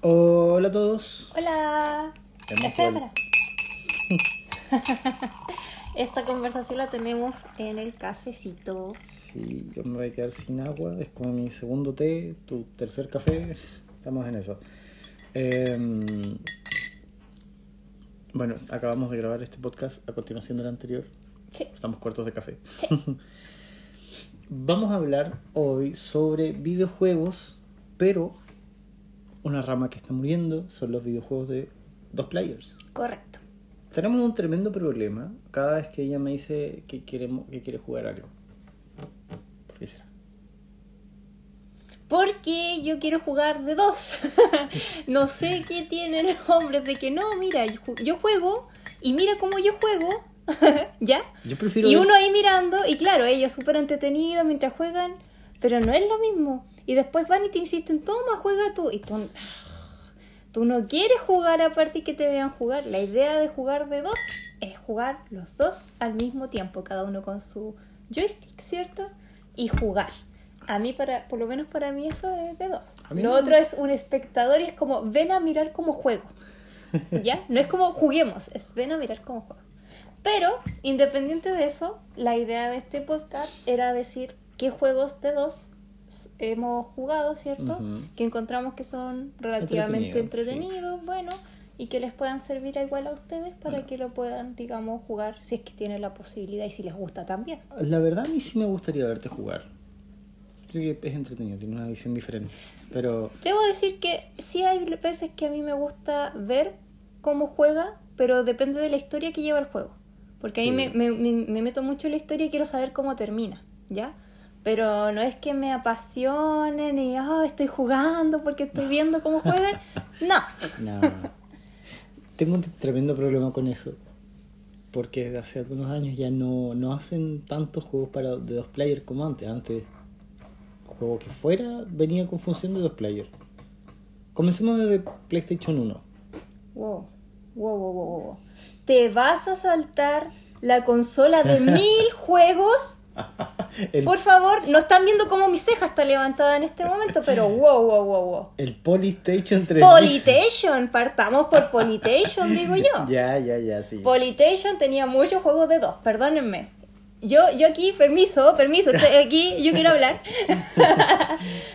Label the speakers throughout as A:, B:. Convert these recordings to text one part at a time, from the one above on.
A: Hola a todos.
B: Hola.
A: Hemos
B: espera,
A: vuelto.
B: espera. Esta conversación la tenemos en el cafecito.
A: Sí, yo me voy a quedar sin agua. Es como mi segundo té, tu tercer café. Estamos en eso. Em, bueno, acabamos de grabar este podcast a continuación del anterior.
B: Sí.
A: Estamos cortos de café.
B: Sí.
A: Vamos a hablar hoy sobre videojuegos, pero una rama que está muriendo son los videojuegos de dos players.
B: Correcto.
A: Tenemos un tremendo problema cada vez que ella me dice que, queremos, que quiere jugar algo. ¿Por qué será?
B: Porque yo quiero jugar de dos. no sé qué tienen los hombres de que no, mira, yo ju- yo juego y mira cómo yo juego. ¿Ya?
A: Yo prefiero.
B: Y uno ahí mirando, y claro, ellos súper entretenidos mientras juegan, pero no es lo mismo. Y después van y te insisten, toma, juega tú. Y tú, tú no quieres jugar aparte y que te vean jugar. La idea de jugar de dos es jugar los dos al mismo tiempo, cada uno con su joystick, ¿cierto? Y jugar. A mí, para, por lo menos para mí, eso es de dos.
A: A mí
B: Lo
A: no.
B: otro es un espectador y es como, ven a mirar cómo juego. ¿Ya? No es como juguemos, es ven a mirar cómo juego. Pero, independiente de eso, la idea de este podcast era decir qué juegos de dos s- hemos jugado, ¿cierto?
A: Ujú.
B: Que encontramos que son relativamente
A: Entretenido,
B: entretenidos, bueno, y que les puedan servir a igual a ustedes para que lo puedan, digamos, jugar si es que tienen la posibilidad y si les gusta también.
A: La verdad, a mí sí me gustaría verte jugar. Creo que es entretenido, tiene una visión diferente. Pero.
B: Debo decir que sí hay veces que a mí me gusta ver cómo juega, pero depende de la historia que lleva el juego. Porque a
A: Sí.
B: mí me, me- me- me meto mucho en la historia y quiero saber cómo termina, ¿ya? Pero no es que me apasionen y "Ah, estoy jugando porque estoy viendo cómo juegan. No.
A: No. Tengo un tremendo problema con eso. Porque desde hace algunos años ya no, no hacen tantos juegos para de dos player como antes. Antes, juego que fuera, venía con función de dos player. Comencemos desde PlayStation 1.
B: Wow, wow, wow, wow, wow. ¿Te vas a saltar la consola de mil juegos?
A: El,
B: Por favor, no están viendo cómo mi ceja está levantada en este momento, pero wow, wow, wow, wow.
A: el Polystation 3.
B: Politation, partamos por Politation, digo yo.
A: Ya, ya, ya, sí.
B: Politation tenía muchos juegos de dos, perdónenme. Yo, yo aquí, permiso, permiso, te- aquí yo quiero hablar.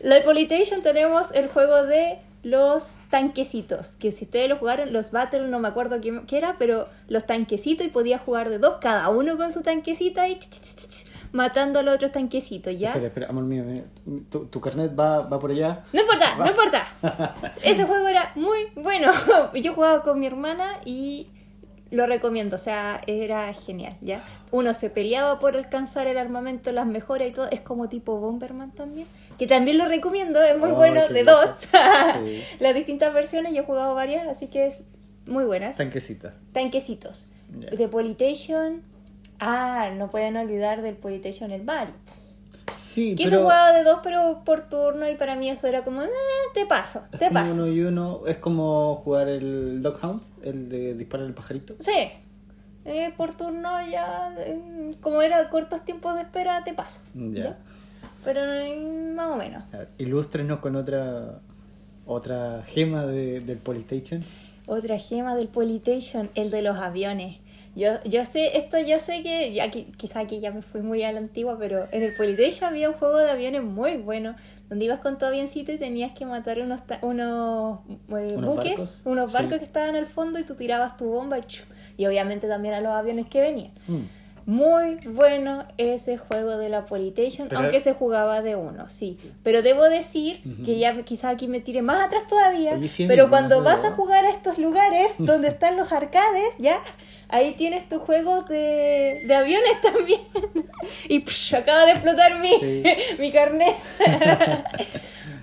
B: La de Politation tenemos el juego de los tanquecitos, que si ustedes lo jugaron, los Battle, no me acuerdo quién qué era, pero los tanquecitos y podía jugar de dos, cada uno con su tanquecita y ch, ch, ch, ch, matando a los otros tanquecitos, ¿ya?
A: Espera, espera, amor mío, mira, tu, tu carnet va, va por allá.
B: No importa, no importa. Ese juego era muy bueno. Yo jugaba con mi hermana y lo recomiendo, o sea, era genial, ¿ya? Uno se peleaba por alcanzar el armamento, las mejoras y todo. Es como tipo Bomberman también, que también lo recomiendo, es muy
A: Ay,
B: bueno,
A: Oh, qué
B: de
A: loco.
B: dos.
A: Sí.
B: Las distintas versiones, yo he jugado varias, así que es muy buenas.
A: Tanquecita.
B: Tanquecitos.
A: Ya.
B: De Politation. Ah, no pueden olvidar del Politation el Mario.
A: Sí,
B: Que se
A: pero
B: jugaba de dos, pero por turno, y para mí eso era como, "Ah, te paso,
A: es
B: te
A: como
B: paso.
A: uno y uno, es como jugar el Dog Hound, el de disparar el pajarito.
B: Sí, Eh, por turno ya, eh, como era cortos tiempos de espera, te paso.
A: Ya.
B: ¿ya? Pero eh, más o menos.
A: A ver, Ilústrenos con otra otra gema de- del Polystation.
B: Otra gema del Politation, el de los aviones. Yo, yo sé, esto yo sé que, ya, qui- quizá aquí ya me fui muy a la antigua, pero en el Politation había un juego de aviones muy bueno, donde ibas con tu avioncito y tenías que matar unos, ta- unos, eh,
A: ¿Unos
B: buques,
A: barcos?
B: unos barcos
A: Sí.
B: que estaban al fondo y tú tirabas tu bomba y, chu, y obviamente también a los aviones que venían.
A: Mm.
B: Muy bueno ese juego de la Politation,
A: Pero-
B: aunque se jugaba de uno, sí. Pero debo decir que ya quizás aquí me tire más atrás todavía,
A: Oye, sí, es
B: pero
A: verdad,
B: cuando
A: es
B: vas a
A: verdad.
B: jugar a estos lugares donde están los arcades, ya, ahí tienes tus juegos de, de aviones también. y psh, acaba de explotar mi,
A: Sí.
B: mi carnet.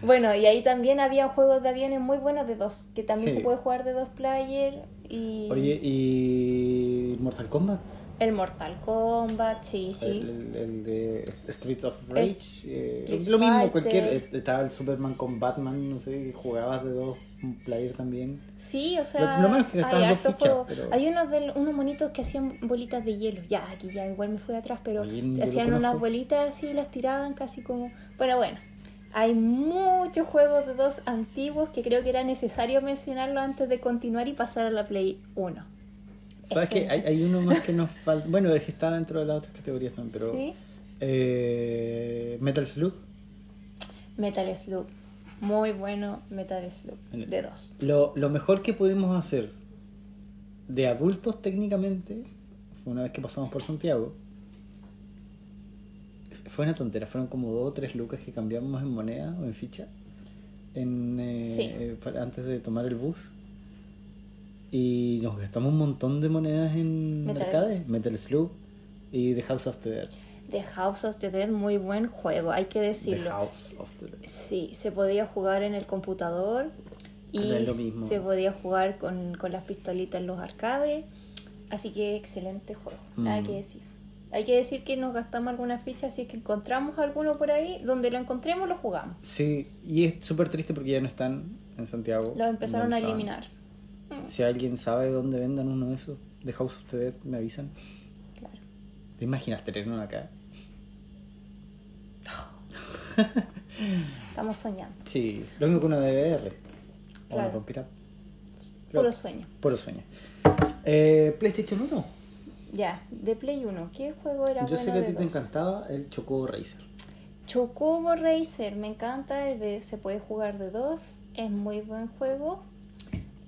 B: bueno, y ahí también había juegos de aviones muy buenos de dos, que también
A: Sí.
B: se puede jugar de dos player y
A: Oye, ¿y Mortal Kombat?
B: el Mortal Kombat, sí, sí.
A: El, el- el de Streets of Rage. eh,
B: Street
A: lo mismo,
B: Fighter.
A: cualquier. eh, Estaba el Superman con Batman, no sé, jugabas de dos player también.
B: Sí, o sea,
A: Lo- lo malo es que gastaban
B: hay
A: dos
B: hartos
A: fichas,
B: juegos.
A: pero-
B: Hay unos, del- unos monitos que hacían bolitas de hielo. Ya, aquí ya igual me fui atrás, pero
A: Oye, yo lo
B: hacían
A: conozco.
B: unas bolitas así y las tiraban casi como... Pero bueno, Hay muchos juegos de dos antiguos que creo que era necesario mencionarlo antes de continuar y pasar a la Play 1.
A: ¿Sabes qué? Hay, hay uno más que nos falta. Bueno, es que está dentro de las otras categorías también, pero.
B: Sí.
A: Eh, Metal Slug.
B: Metal Slug. Muy bueno Metal Slug. De dos.
A: Lo, lo mejor que pudimos hacer de adultos técnicamente, una vez que pasamos por Santiago, fue una tontera, fueron como dos o tres lucas que cambiamos en moneda o en ficha en, eh,
B: Sí.
A: eh, para- antes de tomar el bus. Y nos gastamos un montón de monedas en
B: Metal.
A: arcade, Metal Slug y The House of the Dead.
B: The House of the Dead, muy buen juego, hay que
A: The
B: decirlo.
A: House of the Dead.
B: Sí, se podía jugar en el computador y
A: No es lo mismo.
B: se podía jugar con, con las pistolitas en los arcades. Así que excelente juego, nada
A: Mm.
B: que decir. Hay que decir que nos gastamos algunas fichas, si es que encontramos alguno por ahí, donde lo encontremos lo jugamos.
A: Sí, y es súper triste porque ya no están en Santiago.
B: Lo empezaron
A: No
B: a
A: estaban.
B: eliminar.
A: Si alguien sabe dónde vendan uno de esos, The House of the Dead, me avisan.
B: Claro.
A: ¿Te imaginas tener uno acá?
B: Estamos soñando,
A: Sí, lo mismo que una DDR. O una
B: Claro.
A: con pirata. Claro.
B: puro sueño.
A: Puro sueño. Eh, PlayStation 1.
B: Ya, de Play 1, ¿qué juego era
A: Yo
B: bueno
A: sé que a
B: de
A: ti te
B: dos?
A: encantaba el Chocobo Racer.
B: Chocobo Racer, me encanta, es de- se puede jugar de dos, es muy buen juego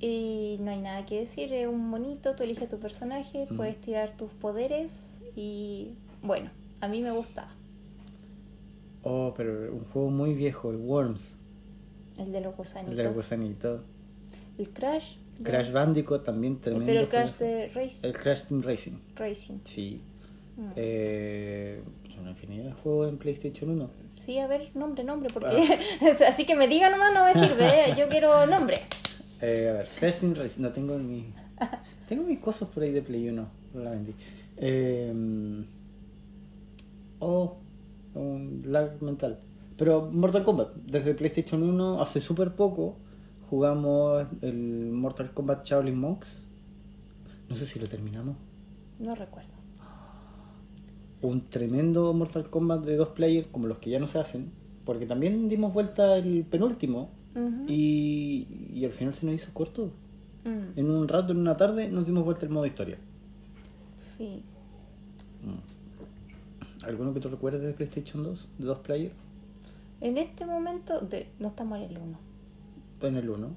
B: y no hay nada que decir, es un monito, tú eliges tu personaje,
A: Mm.
B: puedes tirar tus poderes y bueno, a mí me gustaba,
A: Oh, pero un juego muy viejo, el Worms.
B: el de los gusanitos,
A: El
B: el,
A: de los gusanitos.
B: Crash, ya. Eh,
A: Crash Bandicoot también tremendo.
B: pero el Crash
A: juegazo.
B: de Race,
A: El Crash Team Racing,
B: Racing.
A: sí.
B: Mm.
A: Eh, una infinidad de juegos en PlayStation 1.
B: Sí, a ver, nombre, nombre, porque
A: Ah.
B: así que me diga nomás no me sirve, ¿eh? yo quiero nombre.
A: Eh, a ver, Crash Team Racing, no tengo ni... tengo mis cosas por ahí de Play 1, no la vendí. Eh, o oh, un lag mental. Pero Mortal Kombat, desde PlayStation 1 hace súper poco jugamos el Mortal Kombat Shaolin Monks. No sé si lo terminamos.
B: No recuerdo.
A: Un tremendo Mortal Kombat de dos players como los que ya no se hacen. Porque también dimos vuelta el penúltimo
B: Ujú.
A: y, y al final se nos hizo corto.
B: Mm.
A: En un rato, en una tarde, nos dimos vuelta el modo historia.
B: Sí.
A: ¿Alguno que tú recuerdes de PlayStation 2? ¿De dos players?
B: En este momento, de, no estamos en el 1.
A: En el 1.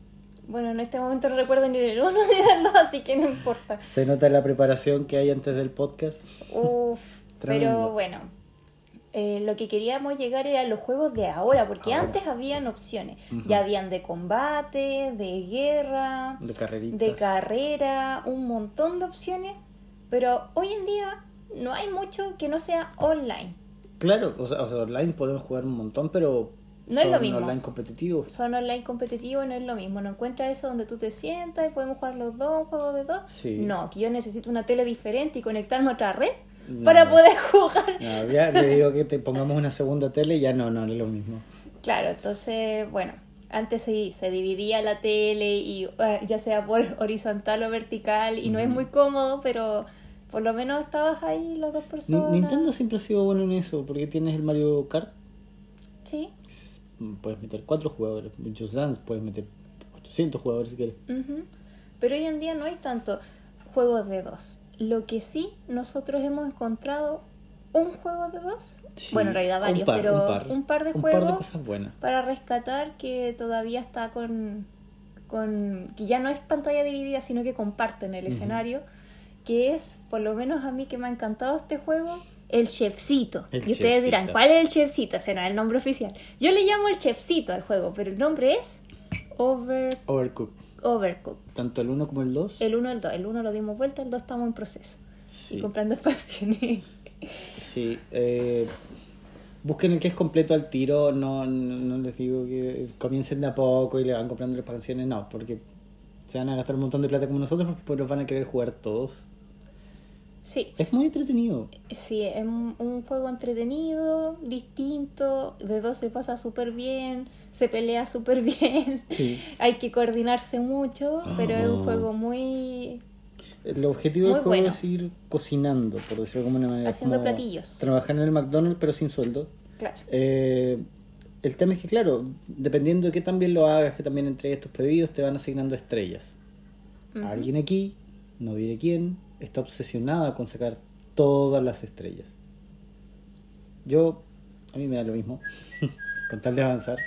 B: Bueno, en este momento no recuerdo ni del 1 ni del 2, así que no importa.
A: Se nota la preparación que hay antes del podcast.
B: Uf,
A: Tremendo.
B: pero bueno, eh, lo que queríamos llegar era los juegos de ahora, porque
A: Ahora.
B: antes habían opciones. Ya habían de combate, de guerra,
A: De carreritas.
B: de carrera, un montón de opciones, pero hoy en día no hay mucho que no sea online.
A: Claro, o sea, o sea, online podemos jugar un montón, pero...
B: No es
A: son
B: lo mismo.
A: online competitivos.
B: Son online competitivos, no es lo mismo. No encuentras eso donde tú te sientas y podemos jugar los dos, un juego de dos.
A: Sí.
B: No, que yo necesito una tele diferente y conectarme a otra red
A: No.
B: para poder jugar.
A: No, ya te digo que te pongamos una segunda tele, ya no, no, no es lo mismo.
B: Claro, entonces, bueno, antes sí, se dividía la tele y eh, ya sea por horizontal o vertical y no es muy cómodo, pero por lo menos estabas ahí las dos
A: Ni-
B: personas.
A: Nintendo siempre ha sido bueno en eso, porque tienes el Mario Kart,
B: Sí.
A: que es- mm, puedes meter cuatro jugadores, Just Dance puedes meter 800 jugadores si quieres.
B: Ujú. Pero hoy en día no hay tanto juegos de dos. Lo que sí, nosotros hemos encontrado un juego de dos.
A: Sí,
B: bueno, en realidad varios,
A: un par,
B: pero
A: un par,
B: de
A: un par de
B: juegos
A: cosas buenas.
B: para rescatar que todavía está con, con... que ya no es pantalla dividida, sino que comparten el escenario, que es, por lo menos a mí que me ha encantado este juego, el chefcito.
A: El
B: y ustedes
A: chefcito.
B: dirán, ¿cuál es el chefcito? Será el nombre oficial. Yo le llamo el chefcito al juego, pero el nombre es Over...
A: Overcooked.
B: Overcooked.
A: Tanto el 1 como el 2.
B: El 1 el 2. El 1 lo dimos vuelta, el 2 estamos en proceso.
A: Sí.
B: Eh, Y comprando expansiones.
A: Sí. eh, busquen el que es completo al tiro. No, no, no les digo que comiencen de a poco y le van comprando las canciones. No, porque se van a gastar un montón de plata como nosotros porque después los van a querer jugar todos.
B: Sí,
A: Es muy entretenido.
B: sí, es un, un juego entretenido, distinto. De 2 se pasa súper bien, se pelea súper bien.
A: Sí.
B: Hay que coordinarse mucho, pero es
A: Ah.
B: un juego muy.
A: El objetivo
B: Muy
A: del juego
B: bueno.
A: es ir cocinando, por decirlo de alguna manera.
B: Haciendo
A: como
B: platillos.
A: Trabajar en el McDonald's pero sin sueldo.
B: Claro.
A: Eh, El tema es que, claro, dependiendo de que también lo hagas, que también entregues tus pedidos, te van asignando estrellas. Alguien aquí, no diré quién, está obsesionada con sacar todas las estrellas. Yo, a mí me da lo mismo, con tal de avanzar,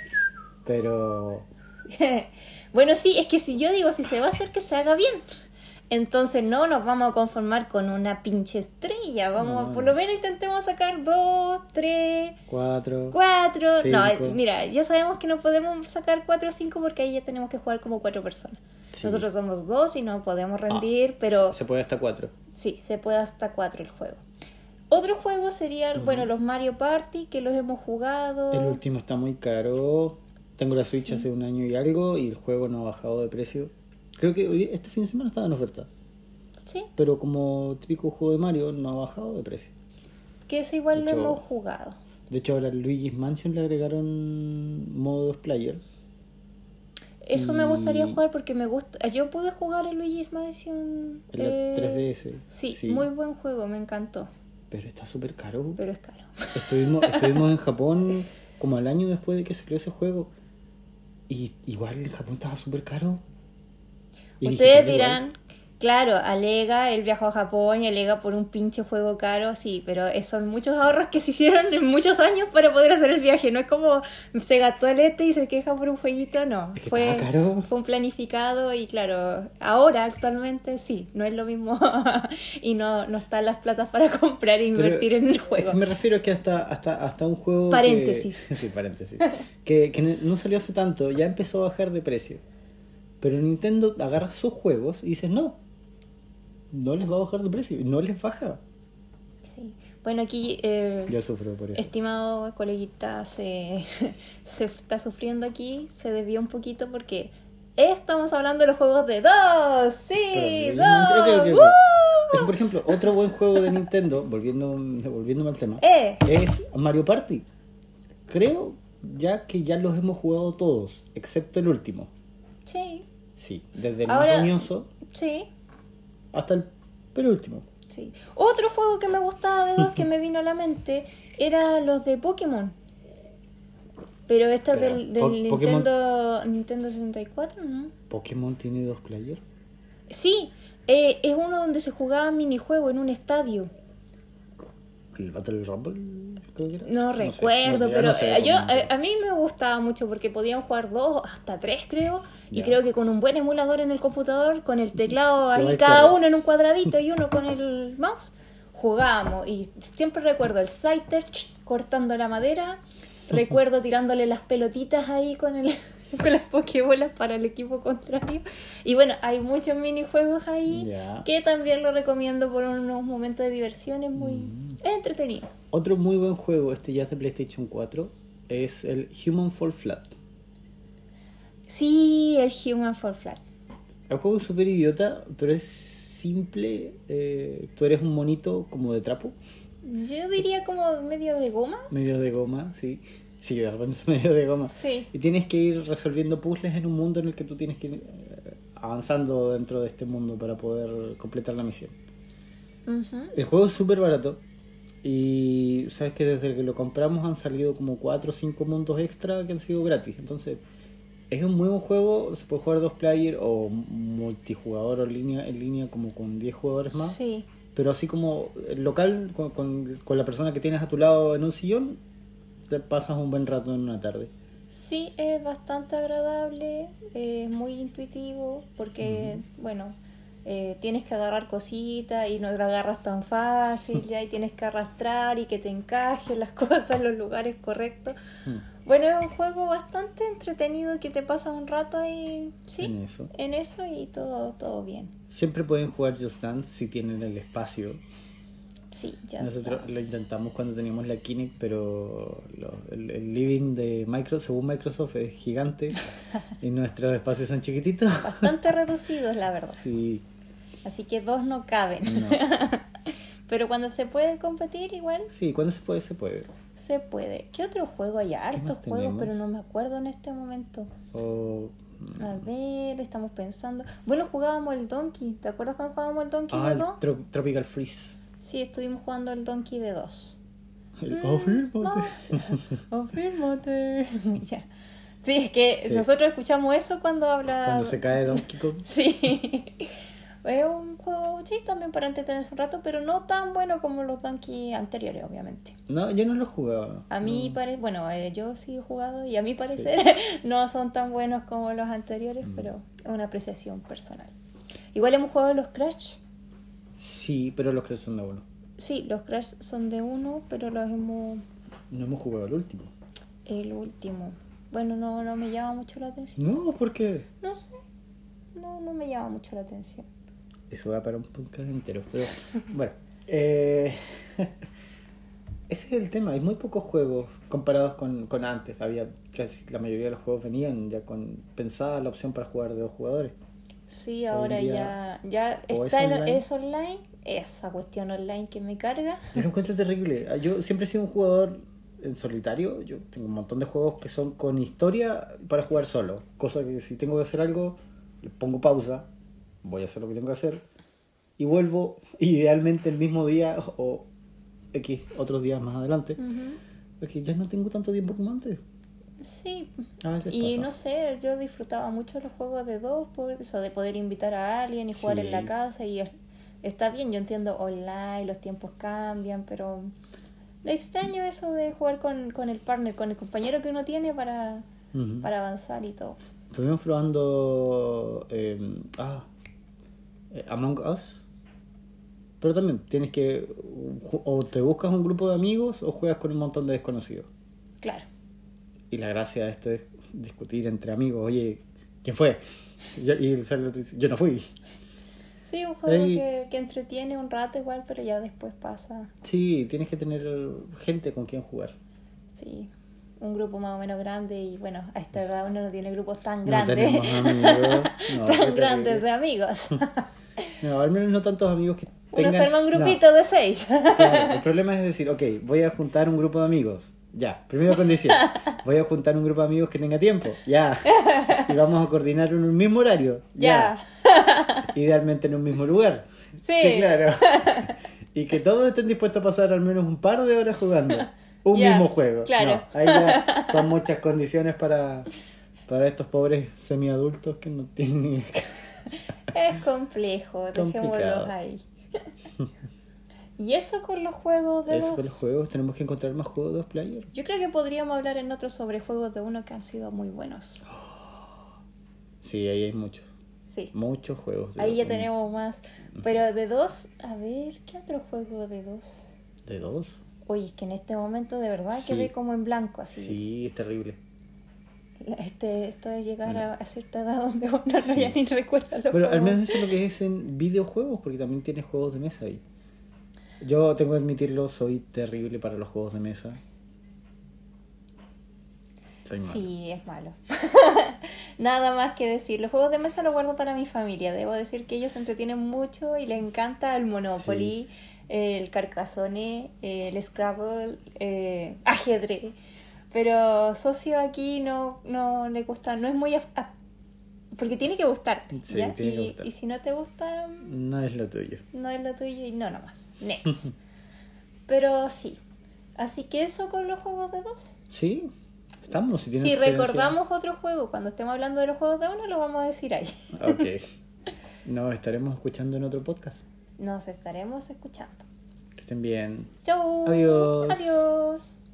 A: pero
B: bueno, sí, es que si yo digo si se va a hacer que se haga bien, entonces no nos vamos a conformar con una pinche estrella. Vamos,
A: No.
B: por lo menos intentemos sacar dos, tres,
A: cuatro...
B: cuatro.
A: Cinco.
B: No, eh, mira, ya sabemos que no podemos sacar cuatro o cinco porque ahí ya tenemos que jugar como cuatro personas.
A: Sí.
B: Nosotros somos dos y no podemos
A: Ah,
B: rendir, pero
A: Se puede hasta cuatro.
B: sí, se puede hasta cuatro el juego. Otro juego sería, bueno, los Mario Party, que los hemos jugado.
A: El último está muy caro. Tengo la Switch hace un año y algo y el juego no ha bajado de precio. Creo que hoy- este fin de semana estaba en oferta.
B: Sí,
A: Pero como típico juego de Mario, no ha bajado de precio.
B: que eso igual lo
A: Mucho-
B: hemos jugado.
A: De hecho, ahora Luigi's Mansion le agregaron modo dos player.
B: Eso me gustaría
A: Y-
B: jugar porque me gusta. eh, Yo pude jugar el Luigi's Mansion.
A: En la
B: eh,
A: 3DS.
B: Sí, muy buen juego, me encantó.
A: Pero está súper caro.
B: Pero es caro.
A: Estuvimos, estuvimos en Japón como al año después de que salió ese juego. Y igual en Japón estaba súper caro. Y digital
B: Ustedes
A: igual.
B: dirán, claro, alega, él viajó a Japón y alega por un pinche juego caro, sí, pero es- son muchos ahorros que se hicieron en muchos años para poder hacer el viaje. No es como se gastó el este y se queja por un jueguito, no.
A: Es que estaba caro.
B: fue un planificado y claro, ahora actualmente sí, no es lo mismo y no, no están las platas para comprar e
A: Pero
B: invertir en el
A: es
B: juego.
A: que me refiero que hasta, hasta, hasta un juego. que-
B: Paréntesis.
A: sí, paréntesis. que, que no salió hace tanto, ya empezó a bajar de precio. Pero Nintendo agarra sus juegos y dices, no, no les va a bajar de precio. Y No les baja.
B: Sí. Bueno, aquí... eh,
A: Yo sufro por eso.
B: Estimado coleguita, se, se está sufriendo aquí, se debió un poquito porque estamos hablando de los juegos de dos,
A: Pero
B: sí,
A: Luigi's
B: dos. Uh,
A: Mansion- ok, ok, ok.
B: ¡Woo!
A: Es que, por ejemplo, otro buen juego de Nintendo, volviendo, volviéndome al tema,
B: Eh.
A: es Mario Party. Creo ya que ya los hemos jugado todos, excepto el último.
B: Sí,
A: Sí, desde el
B: Ahora-
A: más roñoso
B: sí,
A: hasta el penúltimo.
B: sí. Otro juego que me gustaba de dos que me vino a la mente era los de Pokémon. Pero esto es
A: Pero,
B: del, del
A: Po- Pokémon-
B: Nintendo, Nintendo 64, ¿no?
A: ¿Pokémon tiene dos player?
B: Sí, eh, es uno donde se jugaba minijuego en un estadio.
A: ¿El Battle Rumble? Creo que era.
B: No
A: sé,
B: recuerdo,
A: ya
B: pero
A: no sé
B: eh, yo
A: cómo-
B: eh, a mí me gustaba mucho porque podían jugar dos, hasta tres creo, y
A: Ya.
B: creo que con un buen emulador en el computador, con el teclado
A: Lo
B: ahí
A: vais
B: cada
A: corriendo.
B: uno en un cuadradito y uno con el mouse, jugábamos y siempre recuerdo el Scyther ch, cortando la madera, recuerdo tirándole las pelotitas ahí con el con las pokebolas para el equipo contrario y bueno, hay muchos minijuegos ahí
A: Ya.
B: que también lo recomiendo por unos momentos de diversión, es muy
A: Mm.
B: es entretenido.
A: Otro muy buen juego, este ya es de PlayStation 4, es el Human Fall Flat.
B: Sí, el Human for Flat.
A: El juego es súper idiota, pero es simple. eh, tú eres un monito como de trapo,
B: Yo diría como medio de goma.
A: medio de goma, sí. Sí, de repente es medio de goma.
B: Sí.
A: Y tienes que ir resolviendo puzzles en un mundo en el que tú tienes que ir eh, avanzando dentro de este mundo para poder completar la misión.
B: Ujú.
A: El juego es súper barato. Y sabes que desde que lo compramos han salido como 4 o 5 mundos extra que han sido gratis. Entonces, es un muy buen juego. Se puede jugar dos player o multijugador o en línea, en línea como con 10 jugadores más.
B: Sí.
A: Pero así como el local, con, con- con la persona que tienes a tu lado en un sillón, te pasas un buen rato en una tarde.
B: Sí, es bastante agradable, es muy intuitivo, porque, bueno, eh, tienes que agarrar cositas y no lo agarras tan fácil, ya, y tienes que arrastrar y que te encajen las cosas en los lugares correctos.
A: Mm.
B: Bueno, es un juego bastante entretenido que te pasa un rato ahí, sí,
A: En eso.
B: en eso y todo, todo bien.
A: Siempre pueden jugar Just Dance si tienen el espacio.
B: Sí, ya
A: Nosotros
B: estamos.
A: lo intentamos cuando teníamos la Kinect, pero lo- el, el living de Microsoft, según Microsoft, es gigante y nuestros espacios son chiquititos.
B: Bastante reducidos, la verdad.
A: Sí,
B: Así que dos no caben.
A: no.
B: Pero cuando se puede competir, igual
A: sí, cuando se puede, se puede.
B: se puede. ¿Qué otro juego? Hay hartos
A: más
B: juegos,
A: tenemos?
B: pero no me acuerdo en este momento.
A: O...
B: A ver, estamos pensando. Bueno, jugábamos el Donkey. ¿Te acuerdas cuando jugábamos el Donkey
A: Ah,
B: de
A: el
B: dos?
A: Tro- Tropical Freeze.
B: Sí, estuvimos jugando el Donkey de dos.
A: El afírmate.
B: Afírmate. ya. Sí, es que
A: Sí.
B: nosotros escuchamos eso cuando habla.
A: Cuando se cae Donkey Kong.
B: Sí. Es un juego, sí, también para entretenerse un rato, pero no tan bueno como los Donkey anteriores, obviamente.
A: No, yo no lo jugaba.
B: A mí parece, bueno, eh, yo sí he jugado y a mi parecer no son tan buenos como los
A: Mm.
B: anteriores, pero es una apreciación personal. Igual hemos jugado los Crash.
A: Sí, pero los que son de uno.
B: Sí, los Crash son de uno, pero los hemos...
A: No hemos jugado el último.
B: El último. Bueno, no, no me llama mucho la atención.
A: No, porque
B: No sé. No, no me llama mucho la atención.
A: eso va para un podcast entero. Pero bueno, eh, ese es el tema. Hay muy pocos juegos comparados con, con antes. Había casi la mayoría de los juegos venían ya con pensada la opción para jugar de dos jugadores.
B: Sí, ahora
A: en
B: ya,
A: día,
B: ya
A: o es
B: está en-
A: online.
B: es online, esa cuestión online que me carga.
A: Yo lo encuentro terrible. Ah, Yo siempre he sido un jugador en solitario. Yo tengo un montón de juegos que son con historia para jugar solo. Cosa que si tengo que hacer algo, le pongo pausa, voy a hacer lo que tengo que hacer y vuelvo idealmente el mismo día o X otros días más adelante.
B: Mm.
A: Porque ya no tengo tanto tiempo como antes.
B: Sí.
A: A veces
B: Y
A: pasa.
B: no sé, yo disfrutaba mucho los juegos de dos por eso de poder invitar a alguien y jugar en la
A: Sí.
B: casa y es- está bien, yo entiendo online, los tiempos cambian, pero le extraño eso de jugar con, con el partner, con el compañero que uno tiene para,
A: Ujú.
B: para avanzar y todo.
A: Estuvimos probando eh, ah, eh, Among Us. Pero también tienes que. ju- O te buscas un grupo de amigos o juegas con un montón de desconocidos.
B: Claro.
A: Y la gracia de esto es discutir entre amigos. Oye, ¿quién fue? Y, y sale el otro y dice, yo no fui.
B: Sí, un juego
A: Ahí-
B: que, que entretiene un rato igual, pero ya después pasa.
A: Sí, tienes que tener gente con quien jugar.
B: Sí, un grupo más o menos grande y bueno, a esta edad uno no tiene grupos tan
A: No
B: grandes.
A: tenemos amigos. No, qué
B: tan
A: terrible.
B: grandes de amigos.
A: No, al menos no tantos amigos que
B: uno
A: tengan...
B: se arma un
A: No.
B: grupito de seis.
A: Claro, el problema es decir, ok, voy a juntar un grupo de amigos. Ya, primera condición. Voy a juntar un grupo de amigos que tenga tiempo. Ya. Y vamos a coordinar en un mismo horario.
B: ya.
A: Idealmente en un mismo lugar.
B: Sí.
A: claro. Y que todos estén dispuestos a pasar al menos un par de horas jugando. Un
B: Ya,
A: mismo juego.
B: claro.
A: No, ahí ya son muchas condiciones para, para estos pobres semiadultos que no tienen ni idea.
B: Es complejo,
A: Complicado.
B: dejémoslos ahí. y eso con los juegos de
A: Eso con
B: dos.
A: los juegos, tenemos que encontrar más juegos de dos player.
B: Yo creo que podríamos hablar en otro sobre juegos de uno que han sido muy buenos.
A: Sí, ahí hay muchos.
B: Sí.
A: Muchos juegos. de
B: Ahí ya
A: dos.
B: tenemos más. Pero de dos, a ver, ¿qué otro juego de dos?
A: ¿De dos?
B: Oye, es que en este momento de verdad
A: Sí.
B: quedé como en blanco así.
A: Sí, es terrible.
B: La- Este, esto es llegar a, a cierta edad donde uno no ya ni recuerda los
A: Pero al
B: juegos.
A: menos eso es lo que es en videojuegos, porque también tiene juegos de mesa ahí. Yo tengo que admitirlo, soy terrible para los juegos de mesa. Soy malo.
B: Sí, es malo. Nada más que decir. Los juegos de mesa los guardo para mi familia. Debo decir que ellos se entretienen mucho y les encanta el Monopoly, el Carcassonne, el Scrabble, eh, ajedrez. Pero socio aquí no, no le gusta, no es muy... af- af- Porque tiene que gustarte.
A: Sí,
B: ¿ya?
A: tiene
B: y,
A: que gustar.
B: y si no te gusta,
A: No es lo tuyo.
B: no es lo tuyo y no nomás. Next. Pero sí. Así que eso con los juegos de dos.
A: Sí, estamos. Si, tienen
B: Si
A: sugerencias.
B: recordamos otro juego, cuando estemos hablando de los juegos de uno, lo vamos a decir ahí.
A: Ok. Nos estaremos escuchando en otro podcast.
B: Nos estaremos escuchando.
A: Que estén bien.
B: Chau.
A: Adiós.
B: Adiós.